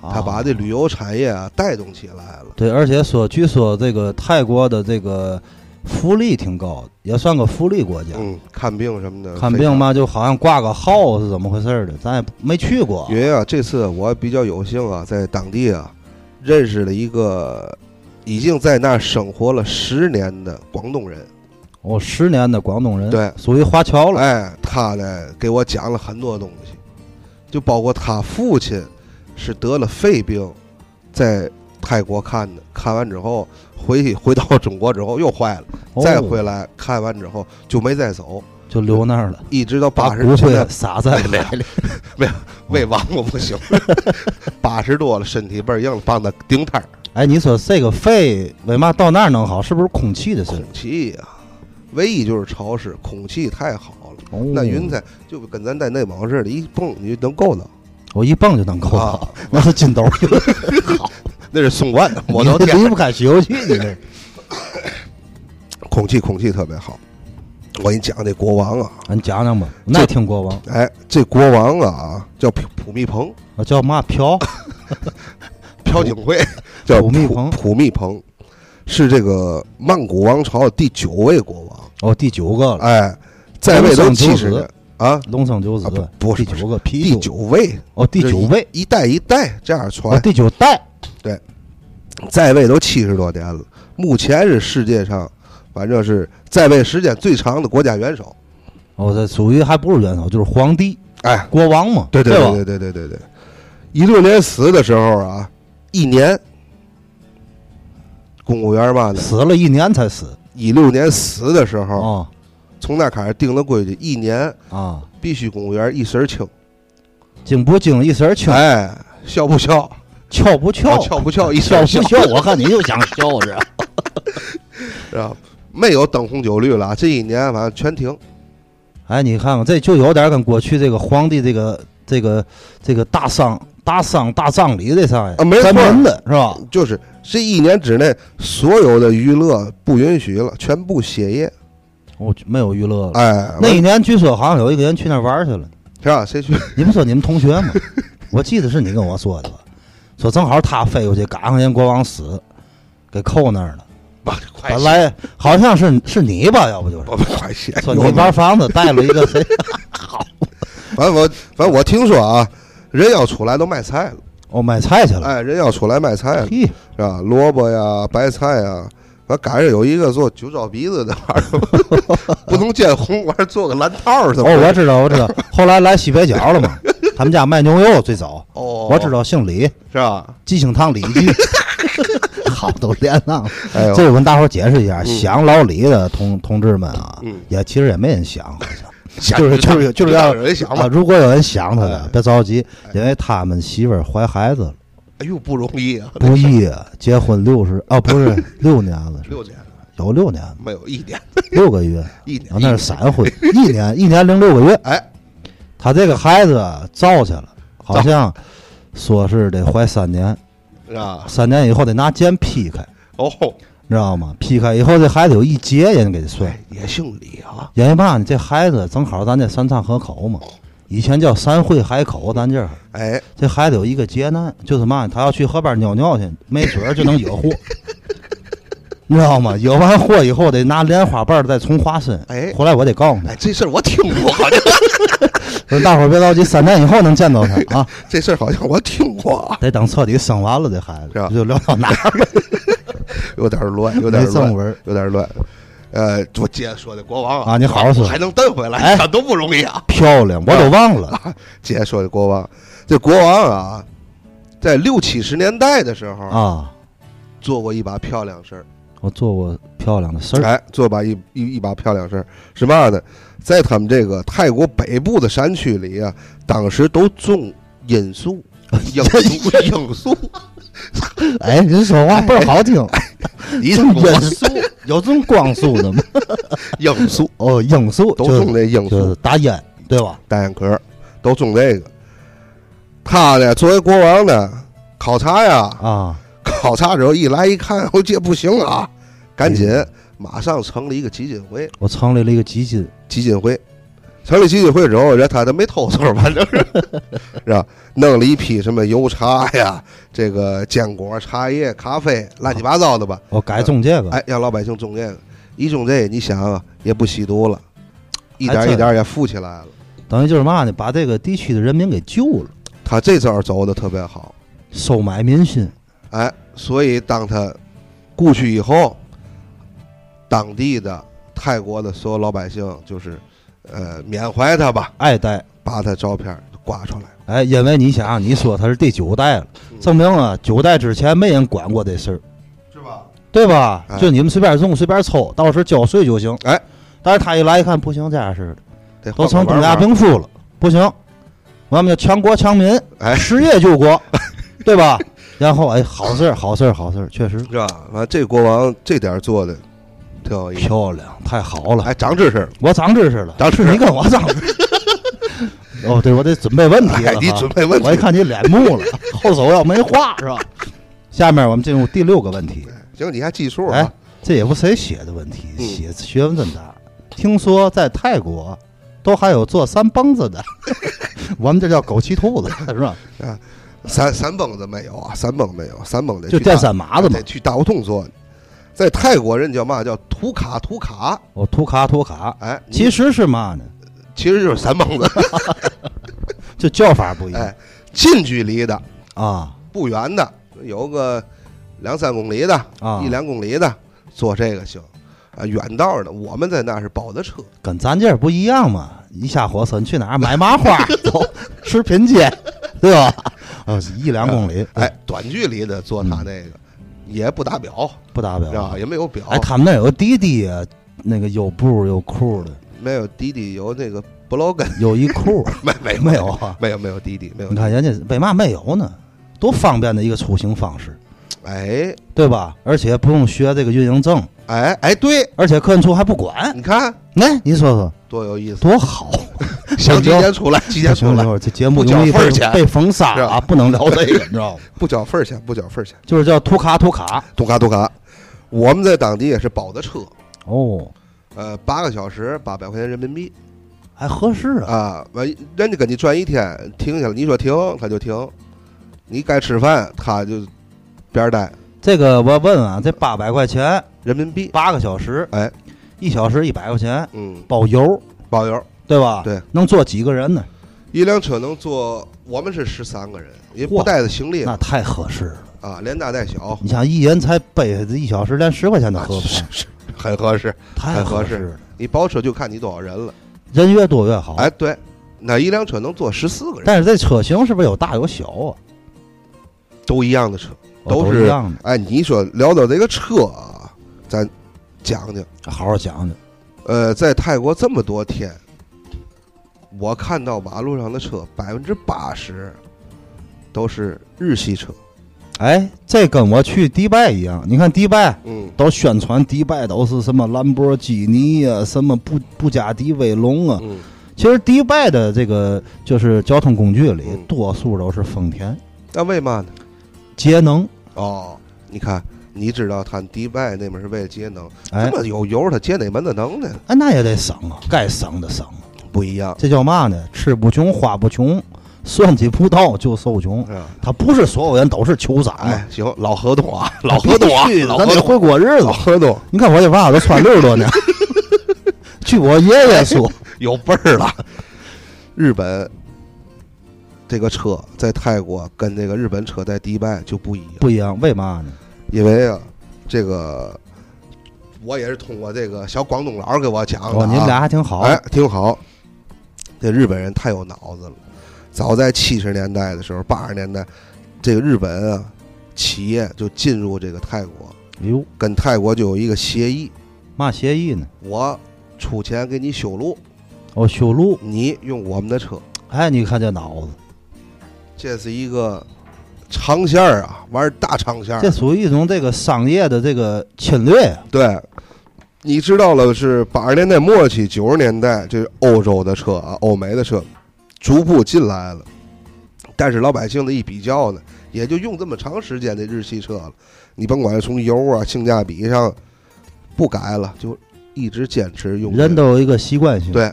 Speaker 2: 啊
Speaker 1: 它把这旅游产业啊带动起来了。
Speaker 2: 对，而且说，据说这个泰国的这个福利挺高的，也算个福利国家。
Speaker 1: 嗯，看病什么的，
Speaker 2: 看病？嘛，就好像挂个号是怎么回事儿的，咱也没去过
Speaker 1: 因。为啊，这次我比较有幸啊，在当地啊，认识了一个已经在那儿生活了十年的广东人。
Speaker 2: 我哦十年的广东人，
Speaker 1: 对
Speaker 2: 属于华侨了。
Speaker 1: 哎，他呢给我讲了很多东西，就包括他父亲是得了肺病，在泰国看的，看完之后回 <laughs> 去回到中国之后又坏了，
Speaker 2: 哦
Speaker 1: 再回来看完之后就没再走，
Speaker 2: 就留那儿了，
Speaker 1: 一直到
Speaker 2: 把
Speaker 1: 八十
Speaker 2: 骨
Speaker 1: 现
Speaker 2: 灰
Speaker 1: 在
Speaker 2: 撒在海里。
Speaker 1: 喂王我不
Speaker 2: <laughs>
Speaker 1: 行，八十多了身体倍儿硬了，帮他顶摊儿
Speaker 2: 哎，你说这个肺为嘛到那儿能好？是不是空气的事
Speaker 1: <laughs> 空
Speaker 2: 儿？
Speaker 1: 气呀、唯一就是潮湿，空气太好了，
Speaker 2: 哦
Speaker 1: 那云彩就跟咱在内蒙似的，一蹦你就能够到。
Speaker 2: 我一蹦就能够到
Speaker 1: 啊，
Speaker 2: <laughs> 那是筋斗云。
Speaker 1: 那是送冠， <laughs> 我都
Speaker 2: 你
Speaker 1: 天
Speaker 2: 离不开西游记，你这。
Speaker 1: 空气空气特别好。我给你讲这国王啊，
Speaker 2: 俺讲讲吧，我爱听国王，
Speaker 1: 哎，这国王啊叫普普密蓬，
Speaker 2: 我啊叫嘛
Speaker 1: <coughs>
Speaker 2: 朴？
Speaker 1: 朴槿惠叫
Speaker 2: 普密蓬
Speaker 1: 普密蓬是这个曼谷王朝第九位国王，
Speaker 2: 哦，第九个了，
Speaker 1: 哎，在位都七十
Speaker 2: 龙
Speaker 1: 年
Speaker 2: 生
Speaker 1: 啊，
Speaker 2: 龙生九子
Speaker 1: 啊不不是
Speaker 2: 第九个啤
Speaker 1: 第
Speaker 2: 酒
Speaker 1: 九位，
Speaker 2: 哦，第九位，
Speaker 1: 一哎代一代这样
Speaker 2: 哦，
Speaker 1: 传，
Speaker 2: 第九代，
Speaker 1: 在位都七十多年了，目前是世界上反正是在位时间最长的国家元首，
Speaker 2: 哦，这属于还不是元首，就是皇帝、
Speaker 1: 哎，
Speaker 2: 国王嘛，
Speaker 1: 对
Speaker 2: 对
Speaker 1: 对
Speaker 2: 吧？
Speaker 1: 对对对对对，一六年死的时候啊，一年，公务员嘛的，
Speaker 2: 死了一年才死
Speaker 1: 一六年死的时
Speaker 2: 啊
Speaker 1: 候，
Speaker 2: 啊、
Speaker 1: 从那开始定的规矩，一年
Speaker 2: 哦
Speaker 1: 必须公务员一身轻，
Speaker 2: 精啊不精一身儿轻，
Speaker 1: 哎，笑不笑？
Speaker 2: 翘不翘？
Speaker 1: 翘不
Speaker 2: <laughs>
Speaker 1: 翘？一身
Speaker 2: 翘
Speaker 1: 儿
Speaker 2: 不
Speaker 1: 翘，
Speaker 2: 翘？我看你就想笑
Speaker 1: <laughs>
Speaker 2: 着。
Speaker 1: 是吧？没有灯红酒绿了啊，这一年反正全停。
Speaker 2: 哎，你看看，这就有点跟过去这个皇帝这个这个这个大丧大丧大葬礼这上
Speaker 1: 啊没错嗯
Speaker 2: 沾边的是吧？
Speaker 1: 就是这一年之内，所有的娱乐不允许了，全部歇业。
Speaker 2: 我没有娱乐了。
Speaker 1: 哎，
Speaker 2: 那一年据说好像有一个人去那儿玩儿去了，
Speaker 1: 是吧？谁去？ <laughs>
Speaker 2: 你们说你们同学吗？我记得是你跟我说的吧？说正好他飞过去赶上人国王死，给扣那儿了。
Speaker 1: 把快
Speaker 2: 本来好像是是你吧，要不就是
Speaker 1: 哎我们快些，
Speaker 2: 说你玩房子带了一
Speaker 1: <laughs>
Speaker 2: 个谁？
Speaker 1: 反正我反正我听说啊，人要出来都卖菜了，
Speaker 2: 哦，买菜去了。
Speaker 1: 哎，人要出来卖菜了，
Speaker 2: 嘿，
Speaker 1: 是吧？萝卜呀，白菜呀，我赶上有一个做酒糟鼻子的玩意儿， <laughs> 不能见红，完做个蓝套儿，怎么
Speaker 2: 哦，我
Speaker 1: 回事？
Speaker 2: 知道，我知道。后来来西北角了嘛，他们家卖牛肉最早，
Speaker 1: 哦，
Speaker 2: 我知道姓李，
Speaker 1: 是吧？
Speaker 2: 鸡星堂
Speaker 1: <laughs>
Speaker 2: 李记，好都连上了。
Speaker 1: 哎呦，
Speaker 2: 这我跟大伙儿解释一下，
Speaker 1: 嗯
Speaker 2: 想老李的同同志们啊
Speaker 1: 嗯，
Speaker 2: 也其实也没人
Speaker 1: <laughs>
Speaker 2: 想，好像就是就是就是
Speaker 1: 让
Speaker 2: 要
Speaker 1: 人想
Speaker 2: 啊，
Speaker 1: 吧。
Speaker 2: 如果有人想他的
Speaker 1: 哎，
Speaker 2: 别着急，因为他们媳妇儿怀孩子了，
Speaker 1: 哎呦，不容易啊，
Speaker 2: 不易啊，结婚六十啊，
Speaker 1: <laughs>
Speaker 2: 不是六年了，是
Speaker 1: 六年了
Speaker 2: 有六年
Speaker 1: <laughs> 没有一年，
Speaker 2: 六个月，
Speaker 1: 一年
Speaker 2: 然后那是闪婚，一年一年零六个月，
Speaker 1: 哎，
Speaker 2: 他这个孩子啊造去了，好像说是得怀三年，
Speaker 1: 是吧？
Speaker 2: 三年以后得拿剑劈开，
Speaker 1: 哦，
Speaker 2: 你知道吗？劈开以后这孩子有一截，人家给他碎了。
Speaker 1: 哎，也姓李啊，
Speaker 2: 因为嘛呢？这孩子正好咱这三岔河口嘛，以前叫三会海口，咱这儿
Speaker 1: 哎，
Speaker 2: 这孩子有一个劫难，就是嘛呢？他要去河边尿尿去，没准儿就能惹祸， <laughs> 你知道吗？惹完祸以后得拿莲花瓣儿再重花身。
Speaker 1: 哎
Speaker 2: 回来我得告诉他
Speaker 1: 哎，，这事儿我听过， <laughs> 好像
Speaker 2: 说大伙儿别着急，三年以后能见到他 <laughs> 啊，
Speaker 1: 这事儿好像我听过啊，
Speaker 2: 得等彻底生完了这孩
Speaker 1: 是吧
Speaker 2: 子，就聊到哪儿
Speaker 1: <laughs> 有点乱，有点
Speaker 2: 没
Speaker 1: 乱
Speaker 2: 正，文儿。
Speaker 1: 有点乱。呃，我接着说这国王
Speaker 2: 啊你好好说
Speaker 1: 我还能蹬回来，
Speaker 2: 哎
Speaker 1: 那都不容易啊。
Speaker 2: 漂亮，我都忘了。
Speaker 1: 接着说这国王，这国王啊，在六七十年代的时候，
Speaker 2: 啊，
Speaker 1: 做过一把漂亮事儿，
Speaker 2: 我做过漂亮的事儿，
Speaker 1: 哎，做把一一一把漂亮事儿是嘛呢？在他们这个泰国北部的山区里啊，当时都种罂
Speaker 2: <laughs>
Speaker 1: 粟，罂粟，罂粟，
Speaker 2: 哎，人说话倍儿好听，
Speaker 1: 你
Speaker 2: 种
Speaker 1: 我
Speaker 2: 罂粟，有种光素的吗？
Speaker 1: 罂粟
Speaker 2: <laughs> 哦，罂粟
Speaker 1: 都
Speaker 2: 就是
Speaker 1: 种这罂
Speaker 2: 就
Speaker 1: 粟
Speaker 2: 是打烟，对吧？
Speaker 1: 单眼壳，都种这个。他呢，作为国王呢，考察呀，
Speaker 2: 啊，
Speaker 1: 考察之后一来一看，我这不行啊，赶紧
Speaker 2: 嗯
Speaker 1: 马上成立一个基金会，
Speaker 2: 我成立了一个基金，
Speaker 1: 基金会。成立基金会之后，人他都没偷偷，反正是是吧？弄了一批什么油茶呀，这个坚果、茶叶、咖啡，乱七八糟的吧。
Speaker 2: 我改种这个，
Speaker 1: 哎，让老百姓种这个，一种这个，你想啊，也不吸毒了，一
Speaker 2: 哎
Speaker 1: 点
Speaker 2: 这
Speaker 1: 一点也富起来了。
Speaker 2: 等于就是嘛呢，把这个地区的人民给救了，
Speaker 1: 他这招走的特别好，
Speaker 2: 收买民心。
Speaker 1: 哎，所以当他故去以后，当地的泰国的所有老百姓就是，呃，缅怀他吧，
Speaker 2: 爱戴。
Speaker 1: 把他照片挂出来。
Speaker 2: 哎，因为你想，你说他是第九代了，
Speaker 1: 嗯
Speaker 2: 证明啊，九代之前没人管过这事儿，
Speaker 1: 是吧？
Speaker 2: 对吧
Speaker 1: 哎？
Speaker 2: 就你们随便种随便抽，到时交税就行。
Speaker 1: 哎，
Speaker 2: 但是他一来一看不行，这样式的
Speaker 1: 得
Speaker 2: 都
Speaker 1: 换
Speaker 2: 成
Speaker 1: 个
Speaker 2: 东
Speaker 1: 玩
Speaker 2: 亚
Speaker 1: 法。
Speaker 2: 病夫了，不行，我们要强国强民，
Speaker 1: 哎
Speaker 2: 实业救国，
Speaker 1: <laughs>
Speaker 2: 对吧？然后哎，好事儿，好事儿，好事儿，确实
Speaker 1: 是吧？完，这国王这点儿做的挺有意思，
Speaker 2: 漂亮，太好了。
Speaker 1: 哎，长知识了，
Speaker 2: 我长知识了，
Speaker 1: 长知识
Speaker 2: 你跟我长知识。
Speaker 1: <laughs>
Speaker 2: 哦，对，我得准备问题
Speaker 1: 哎
Speaker 2: 了。，
Speaker 1: 你准备问
Speaker 2: 我一
Speaker 1: 题，
Speaker 2: 看你脸木
Speaker 1: <laughs>
Speaker 2: 了，后手要没话是吧？下面我们进入第六个问题，
Speaker 1: 行，你还记数
Speaker 2: 哎
Speaker 1: 啊？，
Speaker 2: 这也不谁写的问题，
Speaker 1: 嗯
Speaker 2: 写学问真大。听说在泰国都还有做三蹦子
Speaker 1: <laughs>
Speaker 2: 的，我们这叫枸杞兔子是吧？
Speaker 1: 三三蹦子没有啊？三蹦没有，三蹦得
Speaker 2: 就
Speaker 1: 去大
Speaker 2: 电三麻子嘛
Speaker 1: 得。去大胡同做。在泰国人叫嘛叫图卡图卡，
Speaker 2: 我图卡图卡，
Speaker 1: 哎，你
Speaker 2: 其实是嘛呢？
Speaker 1: 其实就是三蹦子， <laughs>
Speaker 2: 就叫法不一样
Speaker 1: 哎，近距离的
Speaker 2: 啊
Speaker 1: 不远的，有个两三公里的，
Speaker 2: 啊
Speaker 1: 一两公里的做这个行啊，远道儿的我们在那是包的车，
Speaker 2: 跟咱这儿不一样嘛，一下火车你去哪儿买麻花，
Speaker 1: <laughs>
Speaker 2: 走食品街，对吧？啊，一两公里，
Speaker 1: 哦哎，，短距离的做
Speaker 2: 嗯
Speaker 1: 他那个也不打表，
Speaker 2: 不达
Speaker 1: 知道
Speaker 2: 标。
Speaker 1: 吧？也没有表，
Speaker 2: 哎，他们那儿有个滴滴啊，那个有布有裤的，
Speaker 1: 没有滴滴有那个 blogan，
Speaker 2: 有一裤
Speaker 1: 没没
Speaker 2: <laughs> 没有啊？
Speaker 1: 没有没有滴滴没有
Speaker 2: 你，看人家为嘛没有呢？多方便的一个出行方式，
Speaker 1: 哎
Speaker 2: 对吧？而且不用学这个运营证，
Speaker 1: 哎哎，对，
Speaker 2: 而且客运处还不管。
Speaker 1: 你看
Speaker 2: 来、你说说
Speaker 1: 多有
Speaker 2: <laughs>
Speaker 1: 意思，
Speaker 2: 多好！
Speaker 1: 想提前出来，提前出
Speaker 2: 行
Speaker 1: 来
Speaker 2: 了，，这节目
Speaker 1: 不交
Speaker 2: 容易
Speaker 1: 份
Speaker 2: 被
Speaker 1: 儿钱
Speaker 2: 被封杀
Speaker 1: 是吧
Speaker 2: 啊，不能聊这个，你知道吗？
Speaker 1: 不交份儿钱，不交份儿钱，
Speaker 2: 就是叫图卡图卡
Speaker 1: 杜卡杜卡，我们在当地也是包的车，
Speaker 2: 哦，
Speaker 1: 呃，八个小时八百块钱人民币
Speaker 2: 还合适啊。
Speaker 1: 啊，完人家跟你转一天，停下来，你说停他就停，你该吃饭他就边儿待，
Speaker 2: 这个我问问啊，这八百块钱
Speaker 1: 人民币，
Speaker 2: 八个小时，
Speaker 1: 哎，
Speaker 2: 一小时一百块钱，
Speaker 1: 嗯，
Speaker 2: 包邮，
Speaker 1: 包邮。
Speaker 2: 对吧？
Speaker 1: 对，
Speaker 2: 能坐几个人呢？
Speaker 1: 一辆车能坐，我们是十三个人，也不
Speaker 2: 嚯
Speaker 1: 带着行李
Speaker 2: 那太合适了。
Speaker 1: 啊，连大带小，
Speaker 2: 你想，一人才背这一小时，连十块钱都
Speaker 1: 啊
Speaker 2: 合不上，
Speaker 1: 是 <laughs> 很合适。
Speaker 2: 太
Speaker 1: 合
Speaker 2: 适
Speaker 1: 适
Speaker 2: 了。
Speaker 1: 你包车就看你多少人了。
Speaker 2: 人越多越好。
Speaker 1: 哎，对，那一辆车能坐十四个人，
Speaker 2: 但是这车型是不是有大有小啊？
Speaker 1: 都一样的车。
Speaker 2: 哦
Speaker 1: 都
Speaker 2: 都
Speaker 1: 是
Speaker 2: 一样
Speaker 1: 哎，你说聊到这个车啊，咱讲讲。
Speaker 2: 的，好好讲讲。
Speaker 1: 呃，在泰国这么多天，我看到马路上的车百分之八十都是日系车。
Speaker 2: 哎，这跟我去迪拜一样，你看迪拜。
Speaker 1: 嗯，
Speaker 2: 都宣传迪拜都是什么兰博基尼啊，什么布布加迪威龙啊。
Speaker 1: 嗯，
Speaker 2: 其实迪拜的这个就是交通工具里
Speaker 1: 嗯，
Speaker 2: 多数都是丰田，
Speaker 1: 那为嘛呢？
Speaker 2: 节能。
Speaker 1: 哦，你看，你知道他迪拜那边是为了节能，
Speaker 2: 哎
Speaker 1: 这么有油，他节哪门子能呢？
Speaker 2: 哎，那也得省啊，该省的省啊。
Speaker 1: 不一样，
Speaker 2: 这叫嘛呢？吃不穷，花不穷，算计不到就受穷。
Speaker 1: 是吧？
Speaker 2: 他不是所有人都是酋长啊，
Speaker 1: 哎，行，老河东 <laughs> 啊，
Speaker 2: 他
Speaker 1: 老河东啊
Speaker 2: 必须，的
Speaker 1: 老
Speaker 2: 咱
Speaker 1: 河
Speaker 2: 得
Speaker 1: 东，
Speaker 2: 会过日子
Speaker 1: 老。河东
Speaker 2: 你看我这袜子穿六十
Speaker 1: <laughs>
Speaker 2: 多年，据我爷爷说，
Speaker 1: 有辈儿了。日本这个车在泰国跟这个日本车在迪拜就不一样。
Speaker 2: 不一样，为嘛呢？
Speaker 1: 因为啊，这个我也是通过这个小广东佬给我讲的、啊
Speaker 2: 哦，你们俩还挺好。
Speaker 1: 哎挺好。这日本人太有脑子了，早在七十年代的时候，八十年代，这个日本啊企业就进入这个泰国，
Speaker 2: 哎呦，
Speaker 1: 跟泰国就有一个协议，
Speaker 2: 嘛协议呢？
Speaker 1: 我出钱给你修路，
Speaker 2: 哦，修路。
Speaker 1: 你用我们的车，
Speaker 2: 哎，你看这脑子，
Speaker 1: 这是一个长线儿啊，玩儿大长线儿
Speaker 2: 这，属于一种这个商业的这个侵略啊。
Speaker 1: 对，你知道了是八十年代末期、九十年代，这欧洲的车啊，欧美的车逐步进来了，但是老百姓的一比较呢，也就用这么长时间的日系车了。你甭管从油啊、性价比上不改了，就一直坚持用这个
Speaker 2: 人都有一个习惯性。，
Speaker 1: 对。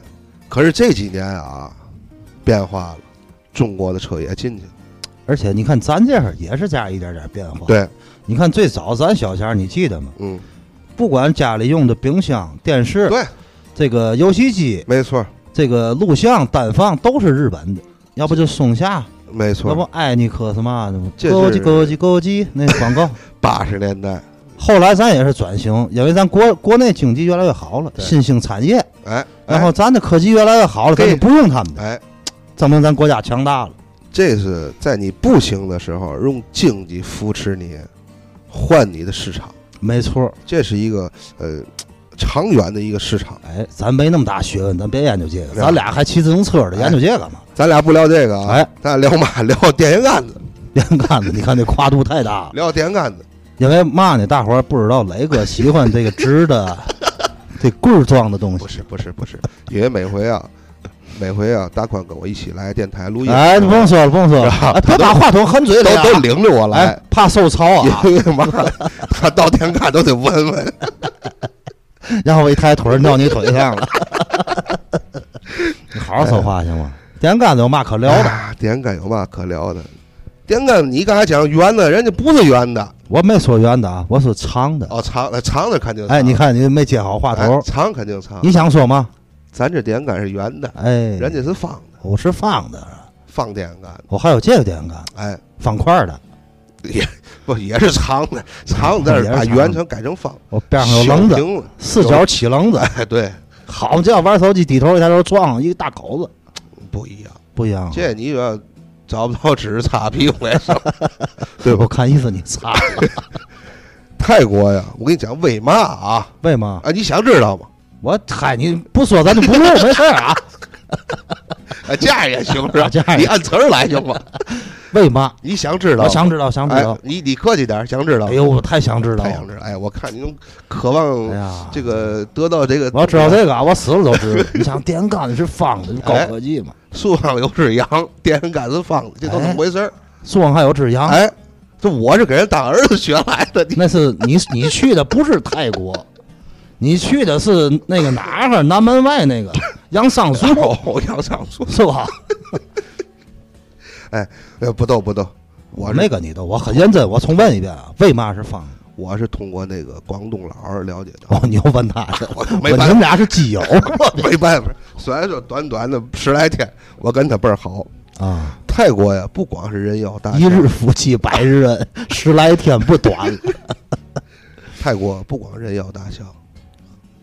Speaker 1: 可是这几年啊，变化了，中国的车也进去了，
Speaker 2: 而且你看咱这儿也是这样一点点变化。，
Speaker 1: 对，
Speaker 2: 你看最早咱小前儿你记得吗？
Speaker 1: 嗯，
Speaker 2: 不管家里用的冰箱、电视、
Speaker 1: 对，
Speaker 2: 这个游戏机、
Speaker 1: 没错，
Speaker 2: 这个录像单放都是日本的，要不就松下，
Speaker 1: 没
Speaker 2: 要不
Speaker 1: 错，
Speaker 2: 艾尼克什么的，
Speaker 1: 这
Speaker 2: 歌
Speaker 1: 是
Speaker 2: 姬歌姬歌姬那广
Speaker 1: <laughs>
Speaker 2: 告。
Speaker 1: 八十年代，
Speaker 2: 后来咱也是转型，因为咱国国内经济越来越好了，
Speaker 1: 对
Speaker 2: 新兴产业，
Speaker 1: 哎，
Speaker 2: 然后咱的科技越来越好了，咱
Speaker 1: 对
Speaker 2: 就不用他们的，
Speaker 1: 哎。哎
Speaker 2: 证明咱国家强大了。
Speaker 1: 这是在你不行的时候，用经济扶持你，换你的市场，
Speaker 2: 没错，
Speaker 1: 这是一个呃长远的一个市场。
Speaker 2: 哎，咱没那么大学问，咱别研究这个，
Speaker 1: 对
Speaker 2: 咱俩还骑自行车的，
Speaker 1: 哎
Speaker 2: 研究这个干嘛？
Speaker 1: 咱俩不聊这个啊，
Speaker 2: 哎，
Speaker 1: 咱俩聊嘛？聊电线杆子，
Speaker 2: 别干了，你看这跨度太大了。
Speaker 1: 聊电线杆子。
Speaker 2: 因为嘛呢？大伙儿不知道，雷哥喜欢这个直
Speaker 1: <laughs>
Speaker 2: 的，这棍儿状的东西
Speaker 1: 不。是不是不是，因为每回啊，每回啊，大宽跟我一起来电台录音，
Speaker 2: 哎，你不用说了，不用说了，
Speaker 1: 是吧
Speaker 2: 哎，别把话筒含嘴里啊
Speaker 1: 都都领着我来，
Speaker 2: 哎，怕受潮啊。
Speaker 1: 因为
Speaker 2: <laughs>
Speaker 1: 嘛，他到电线杆都得闻闻。
Speaker 2: 然后我一抬腿儿尿你腿
Speaker 1: <laughs>
Speaker 2: 上了。你好好说
Speaker 1: 哎
Speaker 2: 话行吗？电杆子有嘛可聊的？
Speaker 1: 啊电线杆有嘛可聊的？电线杆你刚才讲圆的，人家不是圆的
Speaker 2: 我没说圆的啊，我说长的。
Speaker 1: 哦，长呃长的肯定
Speaker 2: 哎，
Speaker 1: 长
Speaker 2: 你看你没接好话
Speaker 1: 哎
Speaker 2: 头，嗯
Speaker 1: 长肯定长。
Speaker 2: 你想说吗？
Speaker 1: 咱这电线杆是圆的，
Speaker 2: 哎，
Speaker 1: 人家是方的，
Speaker 2: 我是方的，
Speaker 1: 方电线杆的，
Speaker 2: 我还有这个电杆，
Speaker 1: 哎，
Speaker 2: 方块儿的，
Speaker 1: 不也
Speaker 2: <laughs>
Speaker 1: 是长的，长的，但是把
Speaker 2: 也是长的
Speaker 1: 圆成改成方，
Speaker 2: 我边上有棱
Speaker 1: 小
Speaker 2: 子，
Speaker 1: 平了，
Speaker 2: 四角起棱子。
Speaker 1: 哎，对，
Speaker 2: 好嘛，这要玩手机，低头一抬头撞上一个大口子，
Speaker 1: 不一样。
Speaker 2: 不一样。啊
Speaker 1: 这你要找不到纸擦屁股也
Speaker 2: <laughs>
Speaker 1: 行，对吧
Speaker 2: 我？看意思你擦，
Speaker 1: 泰国呀，我跟你讲，为嘛啊？
Speaker 2: 为嘛？
Speaker 1: 啊，你想知道吗？
Speaker 2: 我嗨，你不说咱就不录，没事
Speaker 1: <laughs>
Speaker 2: 儿啊。
Speaker 1: 啊，这样也行
Speaker 2: <laughs>
Speaker 1: 是吧？
Speaker 2: 这样也
Speaker 1: 你按词儿来行吗？
Speaker 2: 为嘛？
Speaker 1: 你想知道吗？
Speaker 2: 我想知道，想知道
Speaker 1: 哎。，你你客气点儿，想知道
Speaker 2: 哎，呦，我太想知道
Speaker 1: 太想
Speaker 2: 了。
Speaker 1: 知道。哎，我看你能渴
Speaker 2: 哎
Speaker 1: 望
Speaker 2: 呀，
Speaker 1: 这个得到这个，
Speaker 2: 我要知道这个啊，我死了都
Speaker 1: <laughs>
Speaker 2: 知道。你想电杆是方的，高科技嘛？
Speaker 1: 树上有只羊，电线杆子放的，这都怎么回事儿？
Speaker 2: 树上还有只羊，
Speaker 1: 哎，这我是给人当儿子学来的，你 <laughs>
Speaker 2: 那是你你去的不是泰国，你去的是那个哪儿？南门外那
Speaker 1: <laughs>
Speaker 2: 个杨桑树
Speaker 1: 哦，杨长树，
Speaker 2: 是吧？
Speaker 1: 呃，不逗不逗，我
Speaker 2: 没
Speaker 1: 是
Speaker 2: 跟你斗，我很认真。我重问一遍啊，为嘛是方？
Speaker 1: 我是通过那个广东佬儿了解 <laughs> 的，，
Speaker 2: 哦，你又问他去
Speaker 1: 我
Speaker 2: 我
Speaker 1: 没
Speaker 2: 你
Speaker 1: 办
Speaker 2: 们俩是基
Speaker 1: <laughs>
Speaker 2: 友
Speaker 1: 没办法。虽然说短短的十来天，我跟他倍儿好。
Speaker 2: 啊，
Speaker 1: 泰国呀，不光是人妖大
Speaker 2: 一
Speaker 1: 仙
Speaker 2: 日夫妻百日恩，十来天
Speaker 1: <laughs>
Speaker 2: 不短了。
Speaker 1: 泰国不光人妖大象，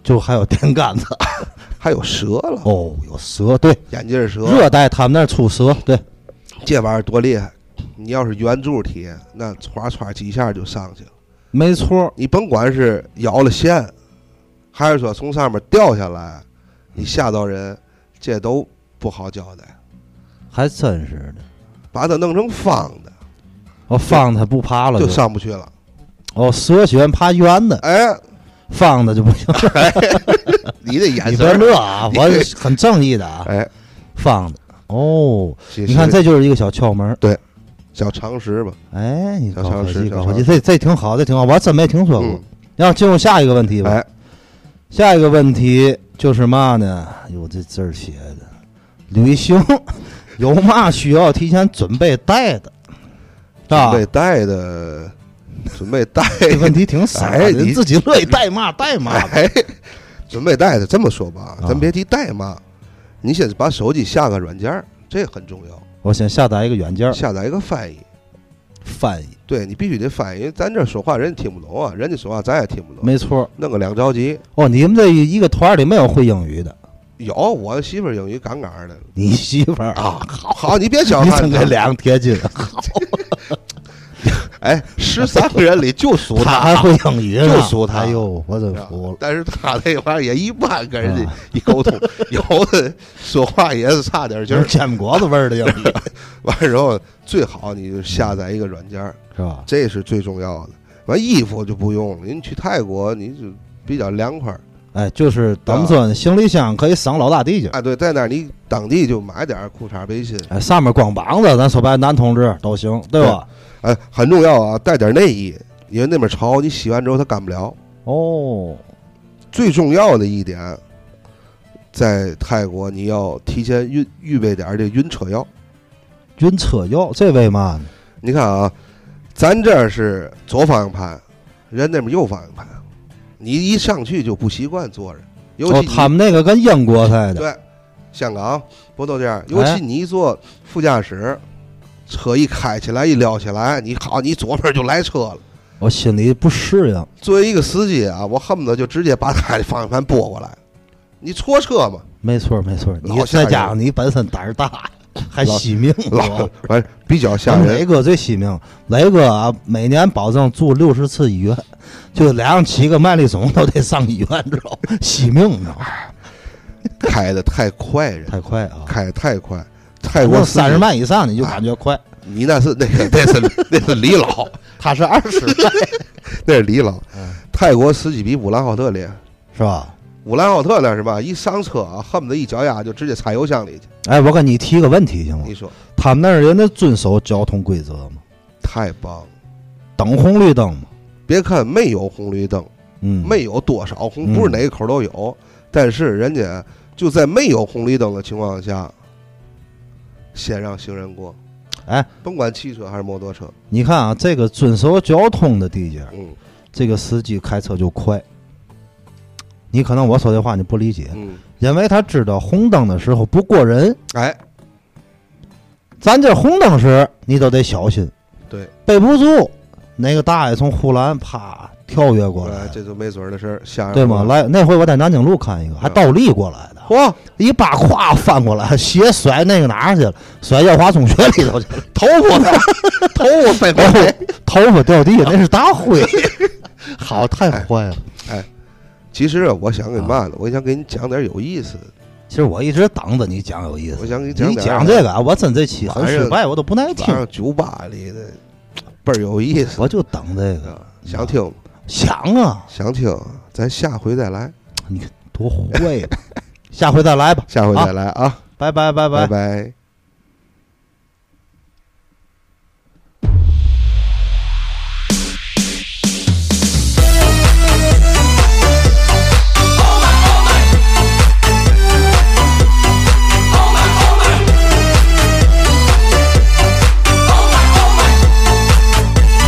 Speaker 2: 就还有电杆子
Speaker 1: 还有蛇了，
Speaker 2: 哦，有蛇，对，
Speaker 1: 眼镜蛇，
Speaker 2: 热带他们那儿出蛇，对，
Speaker 1: 这玩意儿多厉害！你要是圆柱体，那歘歘几下就上去了。
Speaker 2: 没错，
Speaker 1: 你甭管是咬了线，还是说从上面掉下来，你吓到人，这都不好交代。
Speaker 2: 还真是的。
Speaker 1: 把它弄成方的，
Speaker 2: 哦，方它不爬了
Speaker 1: 就上不去了。
Speaker 2: 哦，蛇喜欢爬圆的，
Speaker 1: 哎，
Speaker 2: 方的就不行。
Speaker 1: 你
Speaker 2: <laughs>
Speaker 1: 的眼神
Speaker 2: 你别
Speaker 1: 儿，<laughs>
Speaker 2: 乐啊，
Speaker 1: 你
Speaker 2: 我很正义的啊，
Speaker 1: 哎，
Speaker 2: 方的。哦，
Speaker 1: 其实
Speaker 2: 你看这就是一个小窍门儿。
Speaker 1: 小常识吧。
Speaker 2: 哎，你
Speaker 1: 小
Speaker 2: 高科
Speaker 1: 常识
Speaker 2: 技，
Speaker 1: 小
Speaker 2: 高科
Speaker 1: 常
Speaker 2: 技，这这挺好，这挺好，我还真没听说过
Speaker 1: 嗯。，
Speaker 2: 然后进入下一个问题吧。
Speaker 1: 哎，
Speaker 2: 下一个问题就是嘛呢？哟，这字儿写的，旅行 <laughs> 有嘛需要提前准备带的？
Speaker 1: 准
Speaker 2: 啊，
Speaker 1: 备带的，准备带，
Speaker 2: 这问题挺傻的，
Speaker 1: 哎你
Speaker 2: 自己乐意带嘛带嘛吧。
Speaker 1: <laughs> 哎，准备带的。这么说吧，
Speaker 2: 啊
Speaker 1: 咱别提带嘛，你先把手机下个软件儿，这很重要，
Speaker 2: 我先下载一个软件儿
Speaker 1: 下载一个翻译。
Speaker 2: 翻译，
Speaker 1: 对你必须得翻译，咱这说话人家听不懂啊，人家说话咱也听不懂，
Speaker 2: 没错儿。
Speaker 1: 弄个两着急。
Speaker 2: 哦，你们这一个团儿里没有会英语的，
Speaker 1: 有我媳妇儿英语杠杠的
Speaker 2: 你媳妇儿啊，
Speaker 1: 好，好，你别小
Speaker 2: 你
Speaker 1: 看
Speaker 2: 真
Speaker 1: 她
Speaker 2: 给两个
Speaker 1: <laughs>
Speaker 2: 铁筋，
Speaker 1: 哎，十三个人里就属
Speaker 2: 他 <laughs> 还会英语呢，
Speaker 1: 就属他
Speaker 2: 哎呦，我真服了。
Speaker 1: 但是他那玩意儿也一般跟人家
Speaker 2: 啊
Speaker 1: 一沟
Speaker 2: <laughs>
Speaker 1: 通，有的说话也是差点劲
Speaker 2: 就是
Speaker 1: 儿。
Speaker 2: 煎果子味儿的英语
Speaker 1: 完之后，最好你就下载一个软件儿，
Speaker 2: 是吧？
Speaker 1: 这是最重要的。完衣服就不用了，您去泰国你就比较凉快儿
Speaker 2: 哎，就是咱们说行李箱可以赏老大地去。
Speaker 1: 啊。对，在那儿你当地就买点儿裤衩背心，
Speaker 2: 哎，上面光膀子，咱说白了，男同志都行，对吧？
Speaker 1: 哎，很重要啊，带点内衣，因为那边潮，你洗完之后它干不了。
Speaker 2: 哦，
Speaker 1: 最重要的一点，在泰国你要提前预预备点儿这晕车药。
Speaker 2: 晕车药这为嘛呢？
Speaker 1: 你看啊，咱这儿是左方向盘，人那边右方向盘，你一上去就不习惯坐着，尤其
Speaker 2: 哦，
Speaker 1: 你、
Speaker 2: 他们那个跟英国似的，
Speaker 1: 对香港不都这样？尤
Speaker 2: 哎
Speaker 1: 其你一坐副驾驶，车一开起来一撩起来，你好，你左边就来车了。
Speaker 2: 我心里不适应。
Speaker 1: 作为一个司机啊，我恨不得就直接把他的方向盘拨过来。你错车嘛，
Speaker 2: 没错，没错，你
Speaker 1: 老吓
Speaker 2: 再
Speaker 1: 人
Speaker 2: 加上你本身胆
Speaker 1: <laughs>
Speaker 2: 儿大，还
Speaker 1: 老
Speaker 2: 惜命，
Speaker 1: 老完比较 <laughs> 吓
Speaker 2: 像
Speaker 1: 人
Speaker 2: 雷。哥最惜命，雷哥啊，每年保证住六十次医院，就俩人骑个麦粒肿都得上医院，知道吗？ <laughs> 惜命，你知道吗？
Speaker 1: 开的太快人，
Speaker 2: 太快啊！
Speaker 1: 开得太快。泰国
Speaker 2: 过
Speaker 1: 司机
Speaker 2: 三十，迈以上你就感觉快，
Speaker 1: 你那是那
Speaker 2: <laughs>
Speaker 1: 个那是 <laughs> 那是李老，
Speaker 2: 哎他是二十迈，
Speaker 1: 那是李老
Speaker 2: 嗯。
Speaker 1: 泰国司机比乌兰浩特厉害。
Speaker 2: 是吧？
Speaker 1: 乌兰浩特那是吧？一上车啊，恨不得一脚丫就直接插油箱里去。
Speaker 2: 哎，我跟你提个问题行吗
Speaker 1: 你？说
Speaker 2: 他们那儿人家遵守交通规则吗？
Speaker 1: 太棒了！
Speaker 2: 等红绿灯吗？
Speaker 1: 别看没有红绿灯，
Speaker 2: 嗯，
Speaker 1: 没有多少红，
Speaker 2: 嗯
Speaker 1: 不是哪个口都有，但是人家就在没有红绿灯的情况下，先让行人过。
Speaker 2: 哎，
Speaker 1: 甭管汽车还是摩托车，
Speaker 2: 你看啊，这个遵守交通的地界儿，
Speaker 1: 嗯
Speaker 2: 这个司机开车就快。你可能我说这话你不理解，
Speaker 1: 嗯，
Speaker 2: 因为他知道红灯的时候不过人，
Speaker 1: 哎，
Speaker 2: 咱这红灯时你都得小心，
Speaker 1: 对，
Speaker 2: 备不住哪个大爷从护栏啪跳跃过来
Speaker 1: 哎，这就没准儿的事儿，吓人
Speaker 2: 对吗？
Speaker 1: 了，
Speaker 2: 来，嗯那回我在南京路看一个，还倒立过来的，
Speaker 1: 嚯，
Speaker 2: 一把咵翻过来，鞋甩那个哪儿去了？甩耀华中学里头去了，
Speaker 1: 头发呢头发飞
Speaker 2: <laughs> 然后
Speaker 1: 飞。
Speaker 2: 哎头发掉地，那是大 <laughs> 灰。好，太坏了。
Speaker 1: 其实啊我想给嘛呢？我想给你讲点有意思的，
Speaker 2: 其实我一直等着你讲有意
Speaker 1: 我
Speaker 2: 思，
Speaker 1: 想给
Speaker 2: 你
Speaker 1: 点
Speaker 2: 讲这个啊，我真这期很失败，我都不耐
Speaker 1: 晚
Speaker 2: 听，
Speaker 1: 上酒吧里的倍儿有意思
Speaker 2: 我就等这个。
Speaker 1: 啊，想听吗
Speaker 2: 想啊，
Speaker 1: 想听，咱下回再来，
Speaker 2: 多坏 <laughs> 呀！下回再来吧，
Speaker 1: 下回
Speaker 2: 啊
Speaker 1: 再来啊，
Speaker 2: 拜拜拜
Speaker 1: 拜。
Speaker 2: 拜
Speaker 1: 拜。
Speaker 3: Oh my, oh my.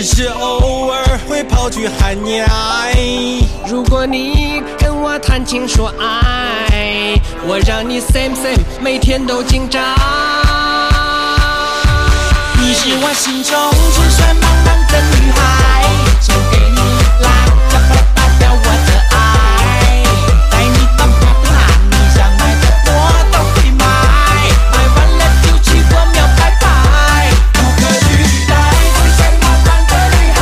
Speaker 3: 是偶尔会跑去喊娘。
Speaker 4: 如果你跟我谈情说爱，我让你 same same 每天都紧张。
Speaker 3: 你是我心中青春满满的女孩，献给你啦，加快代表我的爱。带你到马布拉，你想买的我都会买，买完了就去我庙拜拜。不可取代，青春满满的女孩，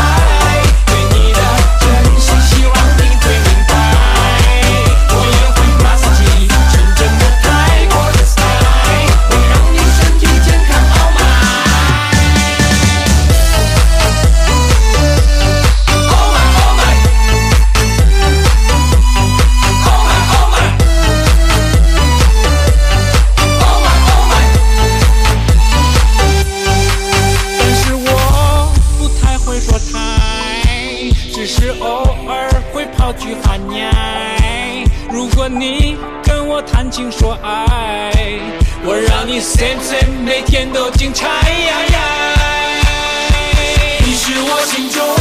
Speaker 3: 对你的真心希望你会明白，我也会把自己纯真的太过的爱，会让你身体健康，Oh my。Oh my, oh my, oh my, oh my, oh my, oh my。但是我不太会说台，只是偶尔会跑去喊娘。如果你跟我谈情说爱，我让你 same 哎 same 哎每天都精彩。你是我心中 Oh oh